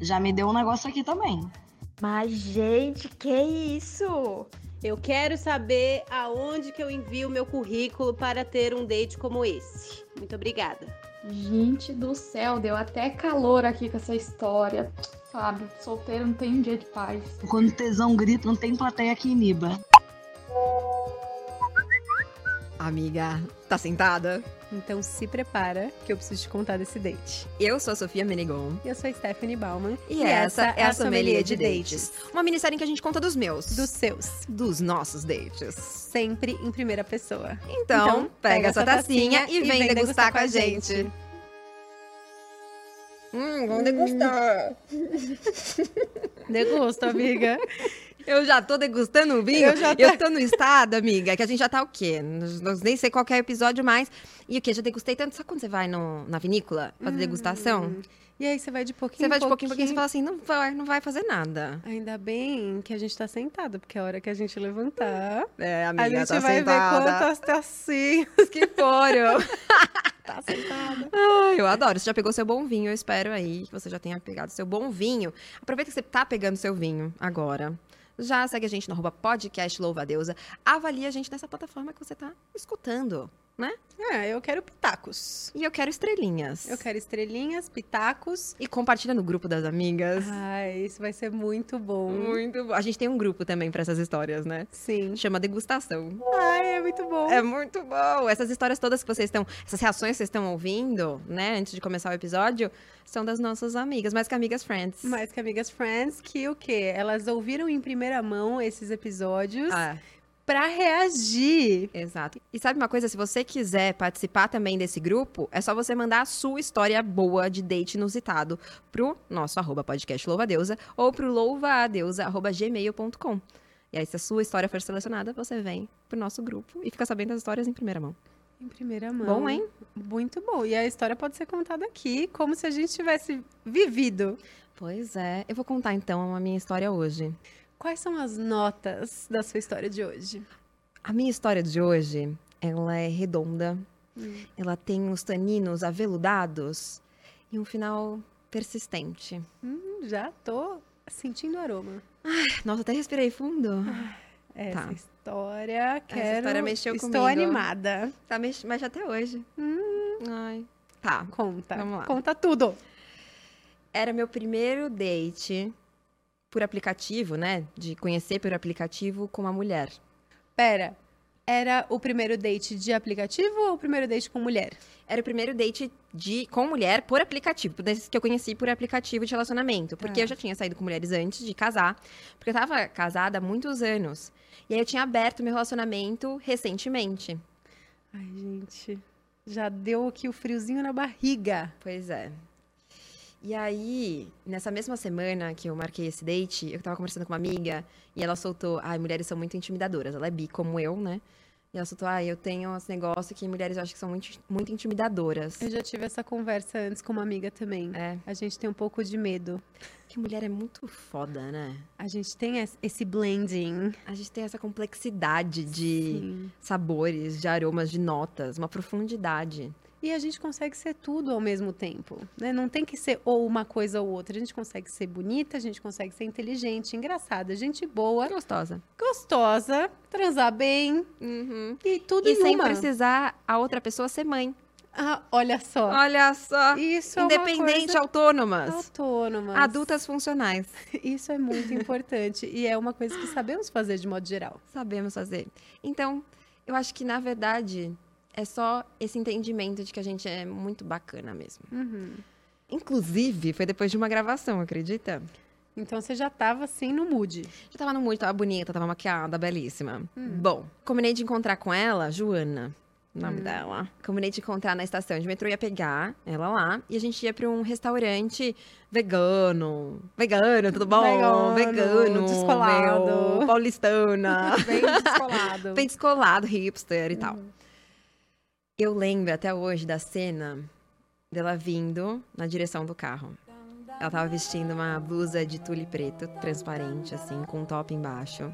Já me deu um negócio aqui também. Mas, gente, que isso? Eu quero saber aonde que eu envio meu currículo para ter um date como esse. Muito obrigada. Gente do céu, deu até calor aqui com essa história. Sabe, solteiro não tem um dia de paz. Quando tesão grita, não tem plateia que iniba. Amiga, tá sentada? Então se prepara que eu preciso te contar desse date. Eu sou a Sofia Menegon. Eu sou a Stephanie Bauman. E, essa, é a Sommelier de Dates. Uma minissérie em que a gente conta dos meus. Dos seus. dos nossos dates. Sempre em primeira pessoa. Então, Então, pega, essa tacinha, e vem, degustar, com a gente. Hum, vamos degustar. Degusta, amiga. Eu já tô degustando o vinho. Eu, Eu já tô- tô no estado, amiga, que a gente já tá o quê? Não- não- Nem sei qual que é o episódio mais. E o quê? Já degustei tanto. Sabe quando você vai no- na vinícola fazer degustação? Hum. E aí você vai de pouquinho Você em vai de pouquinho em pouquinho e pouquinho. fala assim, não vai, não vai fazer nada. Ainda bem que a gente tá sentado, porque a hora que a gente levantar, É, a gente vai ver quantas tá assim. tacinhas que foram. tá sentada. Ai, eu adoro. Você já pegou seu bom vinho, eu espero aí que você já tenha pegado seu bom vinho. Aproveita que você tá pegando seu vinho agora. Já segue a gente no arroba podcast Louva a Deusa. Avalia a gente nessa plataforma que você tá escutando. Ah, eu quero pitacos. E eu quero estrelinhas. Eu quero estrelinhas, pitacos. E compartilha no grupo das amigas. Ah, Ai, isso vai ser muito bom. Muito bom. A gente tem um grupo também pra essas histórias, né? Sim. Chama Degustação. Ai, é muito bom. É muito bom. Essas histórias todas que vocês estão, essas reações que vocês estão ouvindo, né, antes de começar o episódio, são das nossas amigas, mais que amigas friends. Mais que amigas friends, que o quê? Elas ouviram em primeira mão esses episódios Ah, pra reagir. Exato. E sabe uma coisa? Se você quiser participar também desse grupo, é só você mandar a sua história boa de date inusitado pro nosso arroba podcast Louva a Deusa ou pro louvadeusa.gmail.com. E aí, se a sua história for selecionada, você vem pro nosso grupo e fica sabendo as histórias em primeira mão. Em primeira mão. Bom, hein? Muito bom. E a história pode ser contada aqui, como se a gente tivesse vivido. Pois é. Eu vou contar então a minha história hoje. Quais são as notas da sua história de hoje? A minha história de hoje, ela é redonda. Hum. Ela tem uns taninos aveludados e um final persistente. Hum, Já tô sentindo o aroma. Nossa, até respirei fundo. Essa Tá. história, quero... história mexeu Estou comigo. animada. Tá, mex- mexe até hoje. Ai. Hum. Tá. Conta. Vamos lá. Conta tudo. Era meu primeiro date por aplicativo, né? De conhecer por aplicativo com uma mulher. Pera, era o primeiro date de aplicativo ou o primeiro date com mulher? Era o primeiro date de, com mulher por aplicativo, desses que eu conheci por aplicativo de relacionamento. Porque Tá. eu já tinha saído com mulheres antes de casar, porque eu tava casada há muitos anos. E aí eu tinha aberto meu relacionamento recentemente. Ai, gente, já deu aqui o friozinho na barriga. Pois é. E aí, nessa mesma semana que eu marquei esse date, eu tava conversando com uma amiga e ela soltou: ai, mulheres são muito intimidadoras. Ela é bi, como eu, né? E ela soltou: ai, eu tenho esse negócio que mulheres eu acho que são muito, muito intimidadoras. Eu já tive essa conversa antes com uma amiga também. É. A gente tem um pouco de medo. Que mulher é muito foda, né? A gente tem es- esse blending. A gente tem essa complexidade de sabores, de aromas, de notas, uma profundidade. E a gente consegue ser tudo ao mesmo tempo, né? Não tem que ser ou uma coisa ou outra. A gente consegue ser bonita, a gente consegue ser inteligente, engraçada, gente boa, Gostosa. gostosa, transar bem Uhum. e tudo E em sem uma. precisar a outra pessoa ser mãe. Ah, olha só. Olha só. Isso Ah, Independente, é uma autônomas. coisa autônoma. Adultas funcionais. Isso é muito importante e é uma coisa que sabemos fazer de modo geral. Sabemos fazer. Então, eu acho que, na verdade, é só esse entendimento de que a gente é muito bacana mesmo. Uhum. Inclusive, foi depois de uma gravação, acredita? Então você já tava assim no mood. Eu tava no mood, tava bonita, tava maquiada, belíssima. Hum. Bom, combinei de encontrar com ela, Joana, o Hum. nome dela. Combinei de encontrar na estação de metrô, ia pegar ela lá. E a gente ia pra um restaurante vegano. Vegano, tudo bom? Vegano, vegano descolado. meu, paulistana. Bem descolado. Ah. Bem descolado, hipster e tal. Eu lembro até hoje da cena dela vindo na direção do carro. Ela tava vestindo uma blusa de tule preto, transparente, assim, com um top embaixo.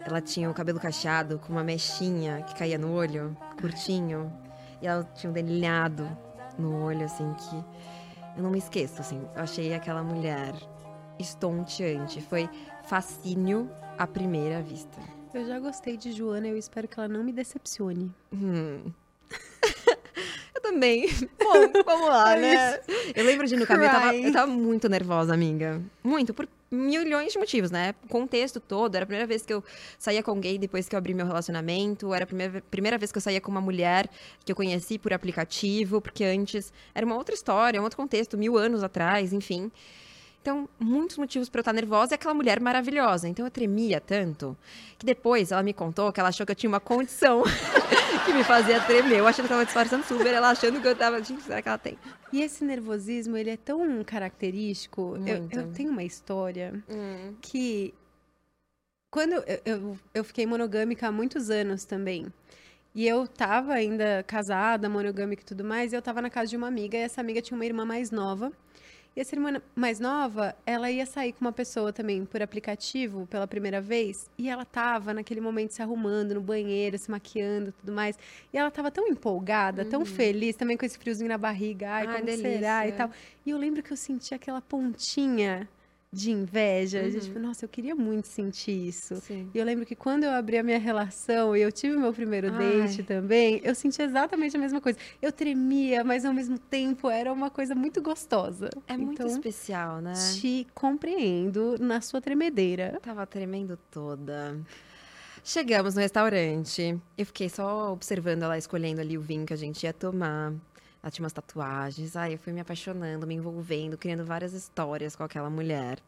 Ela tinha o cabelo cacheado com uma mechinha que caía no olho, curtinho. E ela tinha um delineado no olho, assim, que Eu não me esqueço, assim. Eu achei aquela mulher estonteante. Foi fascínio à primeira vista. Eu já gostei de Joana, eu espero que ela não me decepcione. Hum. eu também. Bom, vamos lá, É né? Eu lembro de ir no caminho, eu tava, Crying. eu tava muito nervosa, amiga. Muito, por milhões de motivos, né? O contexto todo, era a primeira vez que eu saía com alguém depois que eu abri meu relacionamento, era a primeira, primeira vez que eu saía com uma mulher que eu conheci por aplicativo, porque antes era uma outra história, um outro contexto, mil anos atrás, enfim. Então, muitos motivos pra eu estar nervosa e aquela mulher maravilhosa. Então, eu tremia tanto que depois ela me contou que ela achou que eu tinha uma condição que me fazia tremer. Eu achando que ela tava disfarçando super, ela achando que eu tava. Gente, será que ela tem? E esse nervosismo, ele é tão característico. Eu, Muito. eu tenho uma história Hum, que. Quando eu, eu, eu fiquei monogâmica há muitos anos também. E eu tava ainda casada, monogâmica e tudo mais, e eu tava na casa de uma amiga, e essa amiga tinha uma irmã mais nova. E essa irmã mais nova, ela ia sair com uma pessoa também por aplicativo pela primeira vez, e ela tava naquele momento se arrumando no banheiro, se maquiando e tudo mais. E ela tava tão empolgada, tão feliz, também com esse friozinho na barriga, ai, Uhum. Ai, como será e delícia. tal. E eu lembro que eu senti aquela pontinha de inveja, de tipo, nossa, eu queria muito sentir isso. Sim. E eu lembro que quando eu abri a minha relação e eu tive o meu primeiro Ai. date também, eu senti exatamente a mesma coisa. Eu tremia, mas ao mesmo tempo era uma coisa muito gostosa. É muito então, especial, né? te compreendo na sua tremedeira. Tava tremendo toda. Chegamos no restaurante. Eu fiquei só observando ela escolhendo ali o vinho que a gente ia tomar. Ela tinha umas tatuagens. Ai, eu fui me apaixonando, me envolvendo, criando várias histórias com aquela mulher.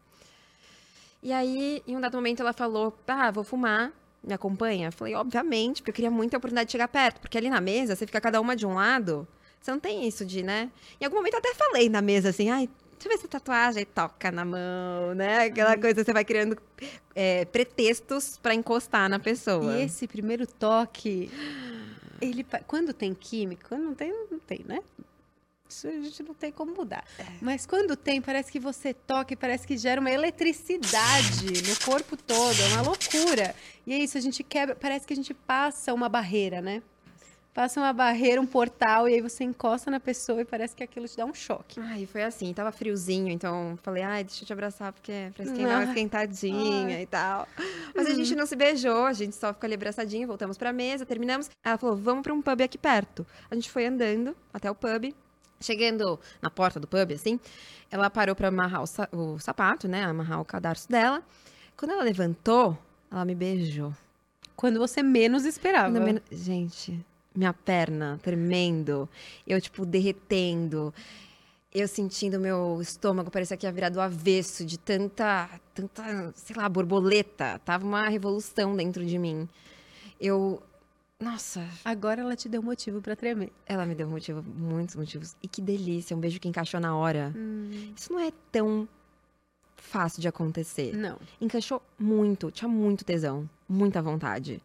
E aí, em um dado momento, ela falou: Ah, vou fumar. Me acompanha? Eu falei, obviamente, porque eu queria muito a oportunidade de chegar perto. Porque ali na mesa, você fica cada uma de um lado. Você não tem isso de, né? Em algum momento eu até falei na mesa assim, ai, deixa eu ver essa tatuagem. Aí toca na mão, né? Aquela coisa, você vai criando é, pretextos pra encostar na pessoa. E esse primeiro toque, ele pa- quando tem química, quando não tem, não tem, né? Isso a gente não tem como mudar. Mas quando tem, parece que você toca e parece que gera uma eletricidade no corpo todo, é uma loucura. E é isso, a gente quebra, parece que a gente passa uma barreira, né? Passa uma barreira, um portal, e aí você encosta na pessoa e parece que aquilo te dá um choque. Ai, foi assim, tava friozinho, então falei, ai, deixa eu te abraçar, porque é pra esquentar Não. uma esquentadinha e tal. Mas a gente não se beijou, a gente só ficou ali abraçadinho, voltamos pra mesa, terminamos. Ela falou, vamos pra um pub aqui perto. A gente foi andando até o pub. Chegando na porta do pub, assim, ela parou pra amarrar o, sa- o sapato, né? Amarrar o cadarço dela. Quando ela levantou, ela me beijou. Quando você menos esperava. Quando eu me- Gente, minha perna tremendo, eu, tipo, derretendo, eu sentindo meu estômago, parecia que ia virar do avesso de tanta, tanta, sei lá, borboleta. Tava uma revolução dentro de mim. Eu. Nossa, Agora ela te deu um motivo pra tremer. ela me deu motivo, muitos motivos. E que delícia, um beijo que encaixou na hora. Hum. Isso não é tão fácil de acontecer Não. encaixou muito, tinha muito tesão, muita vontade.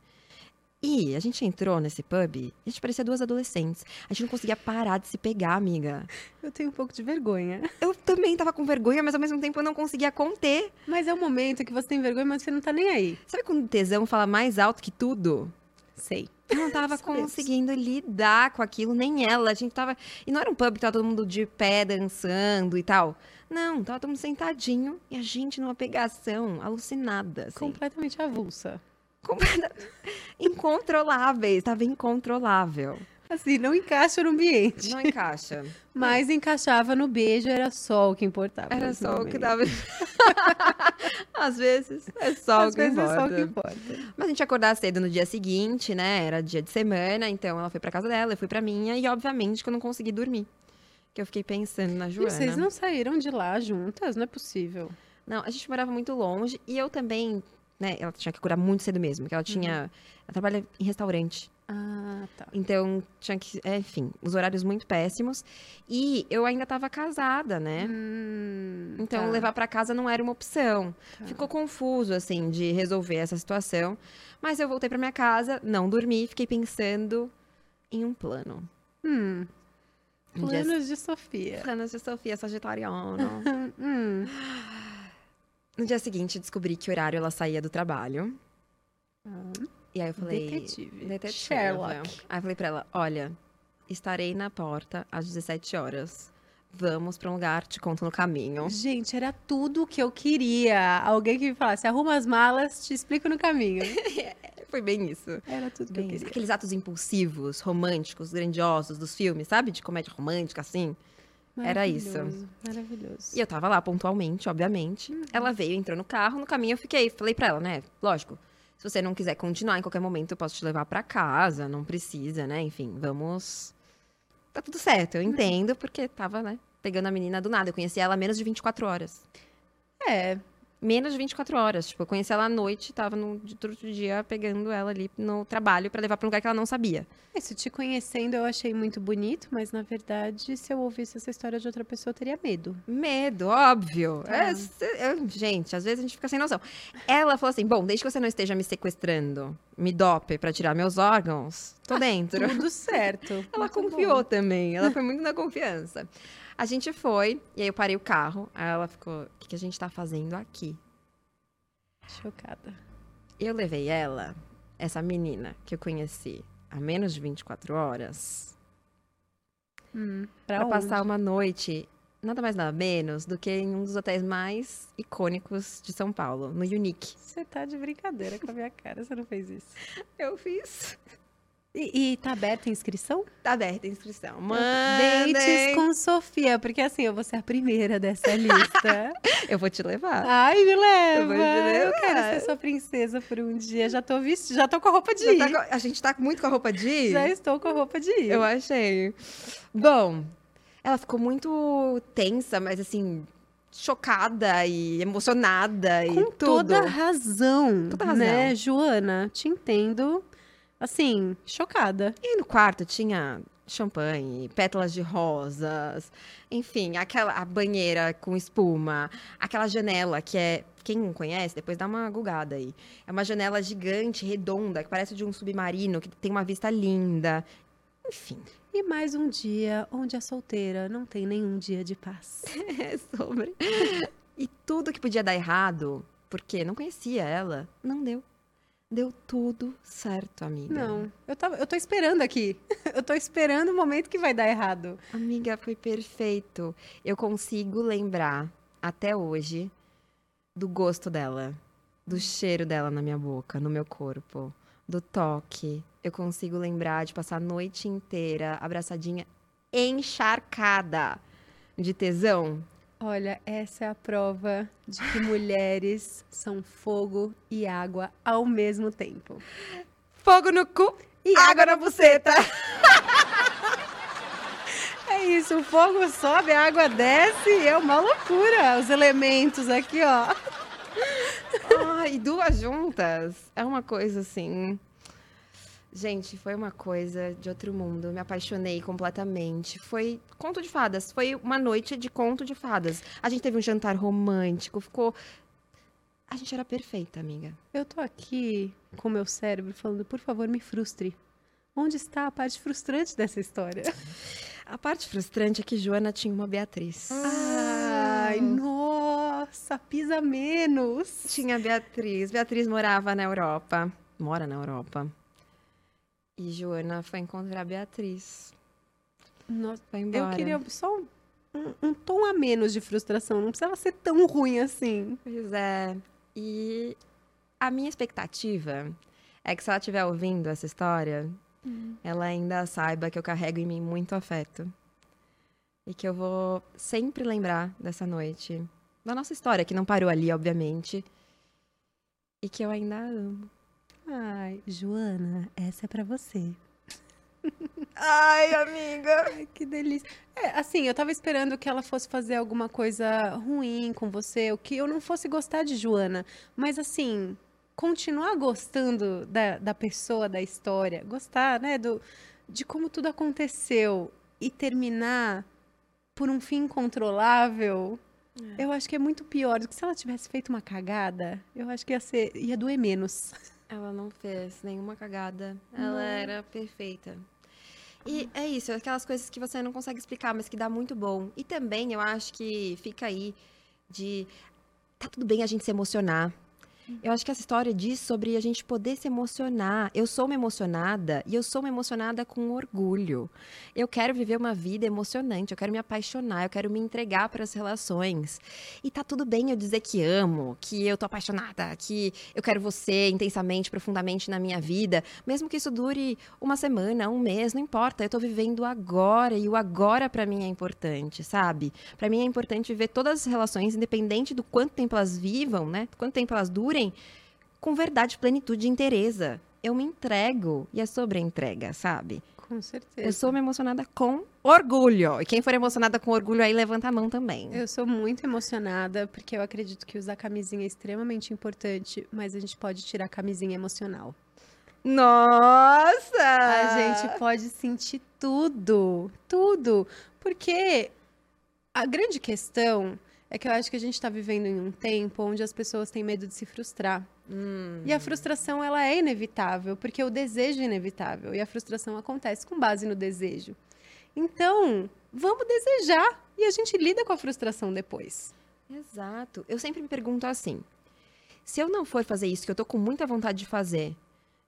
E a gente entrou nesse pub, e a gente parecia duas adolescentes. A gente não conseguia parar de se pegar, amiga. Eu tenho um pouco de vergonha. Eu também tava com vergonha, mas ao mesmo tempo eu não conseguia conter. Mas é o momento que você tem vergonha, mas você não tá nem aí. Sabe quando o tesão fala mais alto que tudo? Sei. Eu não tava Sabemos. conseguindo lidar com aquilo, nem ela. A gente tava. E não era um pub que tava todo mundo de pé dançando e tal. Não, tava todo mundo sentadinho e a gente numa pegação, alucinada. Assim. Completamente avulsa. Completa- incontroláveis, tava incontrolável. Assim, não encaixa no ambiente. Não encaixa. Mas encaixava no beijo, era só o que importava. Era só o que ultimamente. dava. Às vezes é só Às o que vezes é importa. só o que importa. Mas a gente acordava cedo no dia seguinte, né? Era dia de semana, então ela foi pra casa dela, eu fui pra minha e obviamente que eu não consegui dormir. Que eu fiquei pensando na E Joana. vocês não saíram de lá juntas? Não é possível. Não, a gente morava muito longe e eu também, né, ela tinha que acordar muito cedo mesmo, que ela tinha, Uhum. ela trabalha em restaurante. Ah, tá. Então, tinha que. é, enfim, os horários muito péssimos. E eu ainda estava casada, né? Hum, Então, tá. levar para casa não era uma opção. Tá. Ficou confuso, assim, de resolver essa situação. Mas eu voltei para minha casa, não dormi, fiquei pensando em um plano. Hum, Um dia- planos de Sofia. Planos de Sofia Sagitariano. Hum, no dia seguinte, descobri que horário ela saía do trabalho. E aí eu falei. Ah, Detetive. detetive. né?" Sherlock. Aí eu falei pra ela, olha, estarei na porta às 17 horas. vamos pra um lugar, te conto no caminho. Gente, era tudo o que eu queria. Alguém que me falasse, arruma as malas, te explico no caminho. Foi bem isso. Era tudo que eu Bem, queria. Aqueles atos impulsivos, românticos, grandiosos dos filmes, sabe? De comédia romântica, assim. Era isso. Maravilhoso, Maravilhoso. E eu tava lá pontualmente, obviamente. Ela veio, entrou no carro, no caminho eu fiquei. Falei pra ela, né? Lógico, se você não quiser continuar em qualquer momento, eu posso te levar pra casa, não precisa, né? Enfim, vamos. Tá tudo certo, eu entendo, porque tava, né? Pegando a menina do nada. Eu conheci ela há menos de 24 horas. É, Menos de 24 horas. Tipo, eu conheci ela à noite, tava no de- outro dia pegando ela ali no trabalho pra levar pra um lugar que ela não sabia. isso te conhecendo eu achei muito bonito, mas na verdade, se eu ouvisse essa história de outra pessoa, eu teria medo. Medo, óbvio. É, cê- eu- gente, às vezes a gente fica sem noção. Ela falou assim: bom, desde que você não esteja me sequestrando, me dope pra tirar meus órgãos, tô dentro. Tudo certo. Ela confiou também, ela foi muito na confiança. A gente foi, e aí eu parei o carro, aí ela ficou: o que, que a gente tá fazendo aqui? Chocada. Eu levei ela, essa menina que eu conheci há menos de 24 horas, Pra, pra onde? passar uma noite. Nada mais nada menos do que em um dos hotéis mais icônicos de São Paulo, no Unique. Você tá de brincadeira com a minha cara, você não fez isso. Eu fiz. E, e tá aberta a inscrição? Tá aberta a inscrição. Dates Mandem. com Sofia, porque assim, eu vou ser a primeira dessa lista. Eu vou te levar. Ai, me Eu leva! vou te Eu levar. quero ser sua princesa por um dia. Já tô vestida, já tô com a roupa de Já tá ir. com- a gente tá muito com a roupa de ir? Já é estou com a roupa de ir. Eu achei. Bom, ela ficou muito tensa, mas assim, chocada e emocionada e Com tudo. toda razão, Toda né, razão. Joana? Te entendo. Assim, chocada. E aí no quarto tinha champanhe, pétalas de rosas, enfim, aquela a banheira com espuma, aquela janela que é, quem não conhece, depois dá uma gugada aí. É uma janela gigante, redonda, que parece de um submarino, que tem uma vista linda. Enfim, E mais um dia onde a solteira não tem nenhum dia de paz. é sobre. E tudo que podia dar errado, porque não conhecia ela, não deu. Deu tudo certo, amiga. Não, eu, tava, eu tô esperando aqui. Eu tô esperando o momento que vai dar errado. Amiga, foi perfeito. Eu consigo lembrar até hoje do gosto dela, do cheiro dela na minha boca, no meu corpo, do toque. Eu consigo lembrar de passar a noite inteira abraçadinha, encharcada de tesão. Olha, essa é a prova de que mulheres são fogo e água ao mesmo tempo. Fogo no cu E água na buceta. É isso, o fogo sobe, a água desce, é uma loucura. Os elementos aqui, ó. Ah, e duas juntas. É uma coisa assim. Gente, foi uma coisa de outro mundo. Eu Me apaixonei completamente. Foi conto de fadas. Foi uma noite de conto de fadas. A gente teve um jantar romântico. Ficou. A gente era perfeita, amiga. Eu tô aqui com meu cérebro falando, por favor, me frustre. Onde está a parte frustrante dessa história? A parte frustrante é que Joana tinha uma Beatriz. Ai, nossa, pisa menos. Tinha a Beatriz. Beatriz morava na Europa. Mora na Europa. E Joana foi encontrar a Beatriz. Nossa, Foi eu embora. queria só um, um tom a menos de frustração, não precisava ser tão ruim assim. Pois é. E a minha expectativa é que se ela estiver ouvindo essa história, ela ainda saiba que eu carrego em mim muito afeto. E que eu vou sempre lembrar dessa noite, da nossa história, que não parou ali, obviamente. E que eu ainda amo. Ai, Joana, essa é pra você. Ai, amiga! Ai, que delícia. É, assim, eu tava esperando que ela fosse fazer alguma coisa ruim com você, ou que eu não fosse gostar de Joana. Mas, assim, continuar gostando da, da pessoa, da história, gostar, né, do, de como tudo aconteceu e terminar por um fim incontrolável, eu acho que é muito pior do que se ela tivesse feito uma cagada. Eu acho que ia ser, ia doer menos. Ela não fez nenhuma cagada. Ela era perfeita. E é isso, aquelas coisas que você não consegue explicar, mas que dá muito bom. E também eu acho que fica aí de. Tá tudo bem a gente se emocionar. Eu acho que essa história diz sobre a gente poder se emocionar. Eu sou uma emocionada e eu sou uma emocionada com orgulho. Eu quero viver uma vida emocionante, eu quero me apaixonar, eu quero me entregar para as relações. E tá tudo bem eu dizer que amo, que eu tô apaixonada, que eu quero você intensamente, profundamente na minha vida, mesmo que isso dure uma semana, um mês, não importa. Eu tô vivendo agora e o agora para mim é importante, sabe? Para mim é importante viver todas as relações, independente do quanto tempo elas vivam, né? Quanto tempo elas durem, com verdade, plenitude e interesa. Eu me entrego e é sobre a entrega, sabe? Com certeza. Eu sou uma emocionada com orgulho. E quem for emocionada com orgulho aí, levanta a mão também. Eu sou muito emocionada, porque eu acredito que usar camisinha é extremamente importante, mas a gente pode tirar a camisinha emocional. Nossa! A gente pode sentir tudo, tudo. Porque a grande questão é que eu acho que a gente está vivendo em um tempo onde as pessoas têm medo de se frustrar. Hum. E a frustração, ela é inevitável, porque o desejo é inevitável. E a frustração acontece com base no desejo. Então, vamos desejar. E a gente lida com a frustração depois. Exato. Eu sempre me pergunto assim: se eu não for fazer isso que eu tô com muita vontade de fazer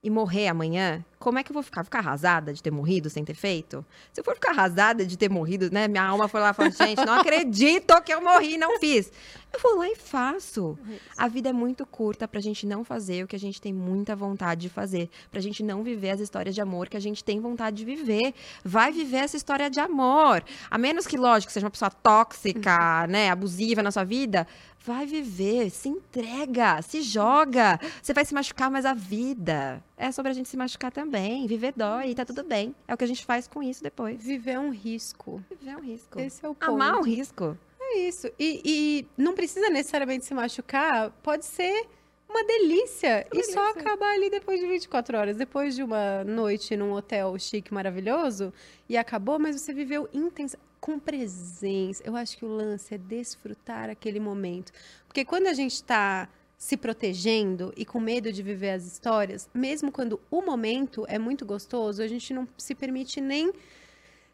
e morrer amanhã, como é que eu vou ficar? Ficar arrasada de ter morrido sem ter feito? Se eu for ficar arrasada de ter morrido, né? Minha alma foi lá e falou: gente, não acredito que eu morri e não fiz. Eu vou lá e faço. A vida é muito curta pra gente não fazer o que a gente tem muita vontade de fazer. Pra gente não viver as histórias de amor que a gente tem vontade de viver. Vai viver essa história de amor. A menos que, lógico, seja uma pessoa tóxica, né? Abusiva na sua vida. Vai viver, se entrega, se joga. Você vai se machucar, mas a vida é sobre a gente se machucar também. Viver dói e tá tudo bem. É o que a gente faz com isso depois. Viver é um risco. Viver é um risco. Esse é o ponto. Amar é um risco. É isso. E, e não precisa necessariamente se machucar, pode ser uma delícia. e só delícia. acabar ali depois de 24 horas. Depois de uma noite num hotel chique, maravilhoso, e acabou, mas você viveu intensa. Com presença. Eu acho que o lance é desfrutar aquele momento. Porque quando a gente tá se protegendo e com medo de viver as histórias, mesmo quando o momento é muito gostoso, a gente não se permite nem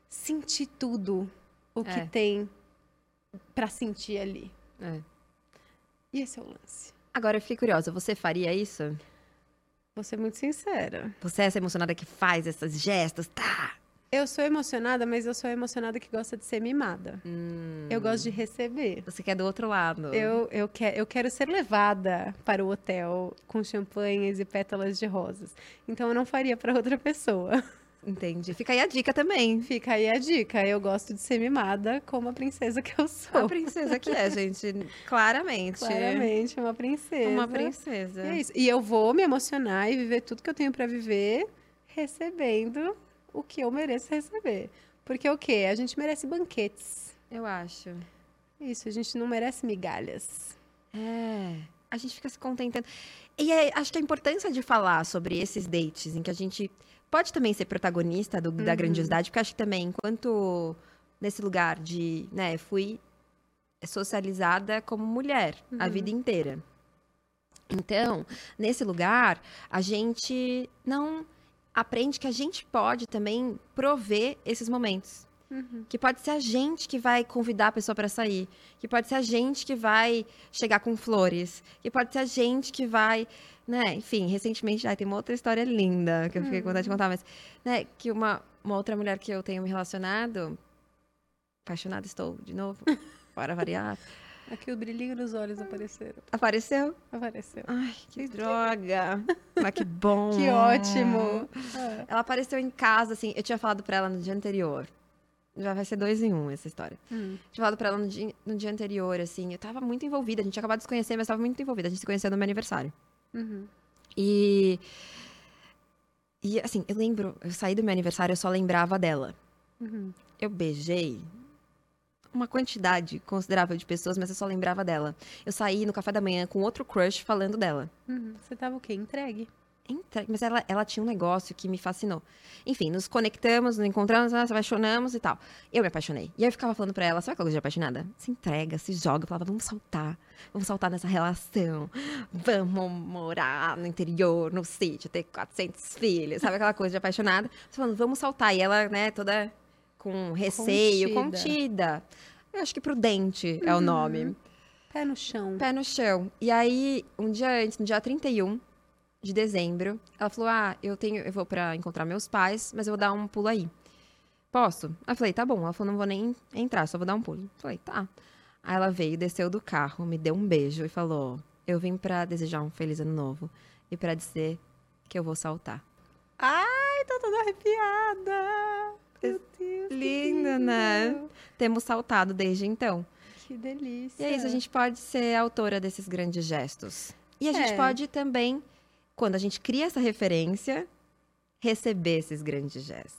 sentir tudo o que É. tem pra sentir ali. É. E esse é o lance. Agora eu fiquei curiosa, você faria isso? Vou ser muito sincera. Você é essa emocionada que faz essas gestas, tá? Eu sou emocionada, mas eu sou emocionada que gosta de ser mimada. Hum. Eu gosto de receber. Você quer do outro lado. Eu, eu, que, eu quero ser levada para o hotel com champanhes e pétalas de rosas. Então eu não faria para outra pessoa. Entendi. Fica aí a dica também. Fica aí a dica. Eu gosto de ser mimada como a princesa que eu A sou. princesa que é, gente. Claramente. Claramente, uma princesa. Uma princesa. E é isso. E eu vou me emocionar e viver tudo que eu tenho pra viver, recebendo o que eu mereço receber. Porque é o quê? A gente merece banquetes. Eu acho. Isso, a gente não merece migalhas. É. A gente fica se contentando. E é- acho que a importância de falar sobre esses dates, em que a gente pode também ser protagonista do- da Uhum. grandiosidade, porque acho que também, enquanto nesse lugar de, né, fui socializada como mulher a Uhum. vida inteira. Então, nesse lugar, a gente não aprende que a gente pode também prover esses momentos. Uhum. Que pode ser a gente que vai convidar a pessoa para sair, que pode ser a gente que vai chegar com flores, que pode ser a gente que vai, né? Enfim, recentemente, ai, tem uma outra história linda que eu fiquei com vontade de contar, mas, né? Que uma, uma outra mulher que eu tenho me relacionado, apaixonada estou de novo, para variar, Aqui o brilhinho nos olhos apareceram. apareceu. Apareceu. Ai, que droga! Mas que bom! Que ótimo! É. Ela apareceu em casa, assim, eu tinha falado pra ela no dia anterior. Já vai ser dois em um essa história. Hum. Tinha falado pra ela no dia, no dia anterior, assim, eu tava muito envolvida, a gente tinha acabado de se conhecer, mas tava muito envolvida. A gente se conheceu no meu aniversário. Uhum. E. E assim, eu lembro, eu saí do meu aniversário, eu só lembrava dela. Uhum. Eu beijei uma quantidade considerável de pessoas, mas eu só lembrava dela. Eu saí no café da manhã com outro crush falando dela. Uhum. Você tava o quê? Entregue? Entra- Mas ela, ela tinha um negócio que me fascinou. Enfim, nos conectamos, nos encontramos, nos apaixonamos e tal. Eu me apaixonei. E aí eu ficava falando pra ela, sabe aquela coisa de apaixonada? Se entrega, se joga. Eu falava, vamos saltar. Vamos saltar nessa relação. Vamos morar no interior, no sítio, ter 400 filhos. Sabe aquela coisa de apaixonada? Eu falando, vamos saltar. E ela, né, toda com receio, Contida. contida. Eu acho que prudente é o nome. Pé no chão. Pé no chão. E aí, um dia antes, no dia 31 de dezembro, ela falou: "Ah, eu tenho, eu vou pra encontrar meus pais, mas eu vou dar um pulo aí. Posso?" Aí eu falei: "Tá bom". Ela falou: "Não vou nem entrar, só vou dar um pulo". Eu falei: "Tá". Aí ela veio, desceu do carro, me deu um beijo e falou: "Eu vim pra desejar um feliz ano novo e pra dizer que eu vou saltar". Ai, tô toda arrepiada. Meu Deus. Lindo, né? Temos saltado desde então. Que delícia. E é isso, a gente pode ser autora desses grandes gestos. E a gente É. pode também, quando a gente cria essa referência, receber esses grandes gestos.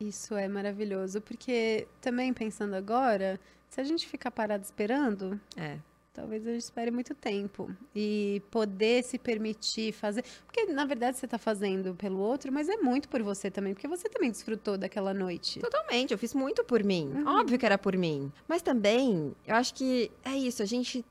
Isso é maravilhoso, porque também pensando agora, se a gente ficar parado esperando, É. talvez a gente espere muito tempo. E poder se permitir fazer. Porque, na verdade, você tá fazendo pelo outro, mas é muito por você também, porque você também desfrutou daquela noite. Totalmente, eu fiz muito por mim. Óbvio que era por mim. Mas também, eu acho que é isso, a gente.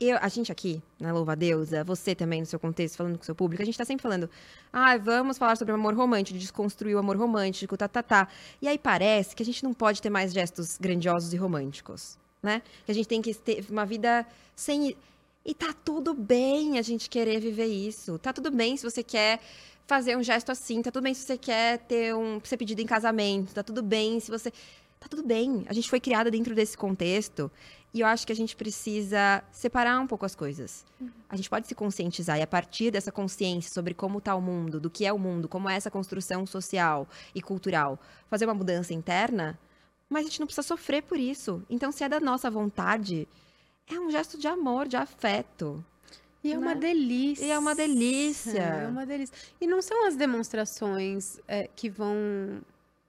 Eu, a gente aqui, na Louva a Deusa, você também no seu contexto, falando com o seu público, a gente tá sempre falando, ah, vamos falar sobre o amor romântico, desconstruir o amor romântico, tá, tá, tá. E aí parece que a gente não pode ter mais gestos grandiosos e românticos, né? Que a gente tem que ter uma vida sem. E tá tudo bem a gente querer viver isso. Tá tudo bem se você quer fazer um gesto assim, tá tudo bem se você quer ter um ser pedido em casamento, tá tudo bem se você tá tudo bem. A gente foi criada dentro desse contexto e eu acho que a gente precisa separar um pouco as coisas. A gente pode se conscientizar e a partir dessa consciência sobre como tá o mundo, do que é o mundo, como é essa construção social e cultural, fazer uma mudança interna, mas a gente não precisa sofrer por isso. Então se é da nossa vontade, é um gesto de amor, de afeto. E é uma né? delícia. E é uma delícia. É uma delícia. E não são as demonstrações é, que vão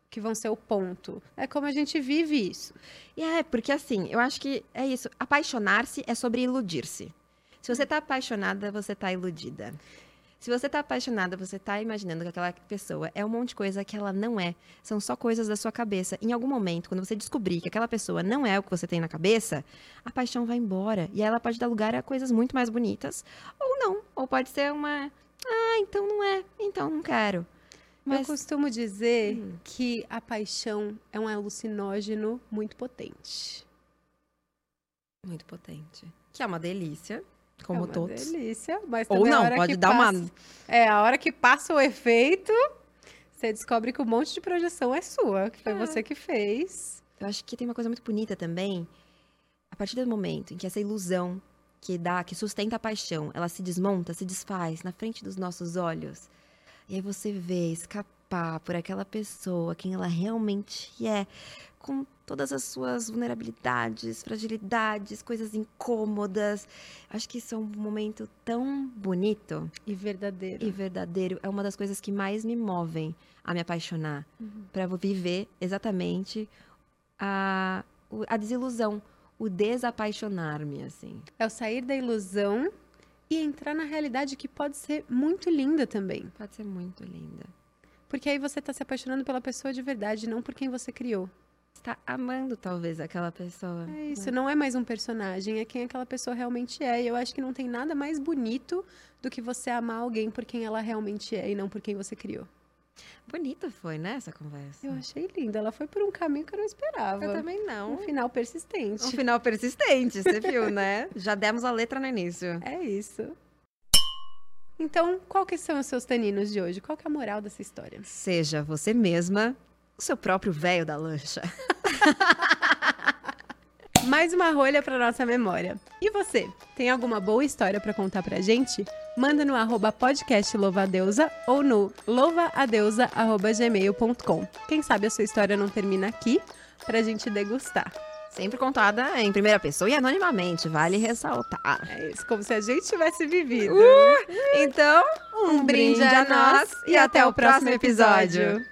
que vão ser o ponto. É como a gente vive isso. E é, porque assim, eu acho que é isso. Apaixonar-se é sobre iludir-se. Se você tá apaixonada, você tá iludida. Se você tá apaixonada, você tá imaginando que aquela pessoa é um monte de coisa que ela não é. São só coisas da sua cabeça. Em algum momento, quando você descobrir que aquela pessoa não é o que você tem na cabeça, a paixão vai embora. E aí ela pode dar lugar a coisas muito mais bonitas. Ou não. Ou pode ser uma. Ah, então não é. Então não quero. Eu Mas. Hum. costumo dizer que a paixão é um alucinógeno muito potente. Muito potente. Que é uma delícia. Como é uma todos. delícia, mas Ou também a não, hora pode que dar uma- passa- É, a hora que passa o efeito, você descobre que um monte de projeção é sua, que foi você que fez. Eu acho que tem uma coisa muito bonita também. A partir do momento em que essa ilusão que dá, que sustenta a paixão, ela se desmonta, se desfaz na frente dos nossos olhos. E aí você vê escapar por aquela pessoa, quem ela realmente é, com todas as suas vulnerabilidades, fragilidades, coisas incômodas. Acho que isso é um momento tão bonito E verdadeiro. e verdadeiro é uma das coisas que mais me movem a me apaixonar Pra para viver exatamente a o- a desilusão o desapaixonar-me assim É o sair da ilusão e entrar na realidade que pode ser muito linda também. pode ser muito linda Porque aí você tá se apaixonando pela pessoa de verdade, não por quem você criou. está tá amando talvez aquela pessoa É isso, não é mais um personagem, é quem aquela pessoa realmente é. E eu acho que não tem nada mais bonito do que você amar alguém por quem ela realmente é e não por quem você criou. bonita foi né essa conversa Eu achei linda, ela foi por um caminho que eu não esperava. Eu também Um não final persistente. um final persistente você viu né já demos a letra no início É isso. Então, qual que são os seus taninos de hoje? Qual que é a moral dessa história? seja você mesma o seu próprio véio da lancha Mais uma rolha para nossa memória. E você, tem alguma boa história para contar pra gente? Manda no arroba podcast Louvadeusa ou no louvadeusa.gmail.com. Quem sabe a sua história não termina aqui pra gente degustar. sempre contada em primeira pessoa e anonimamente vale ressaltar É isso, como se a gente tivesse vivido. Então, Uh, um, Um brinde, a nós e até o próximo episódio.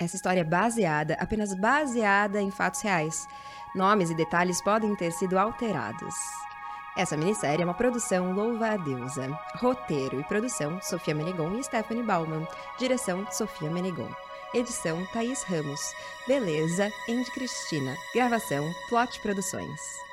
Essa história é baseada, apenas baseada em fatos reais. Nomes e detalhes podem ter sido alterados. Essa minissérie é uma produção Louva a Deusa. Roteiro e produção, Sofia Menegon e Stephanie Bauman. Direção, Sofia Menegon. Edição, Thaís Ramos. Beleza, Andy Cristina. Gravação, Plot Produções.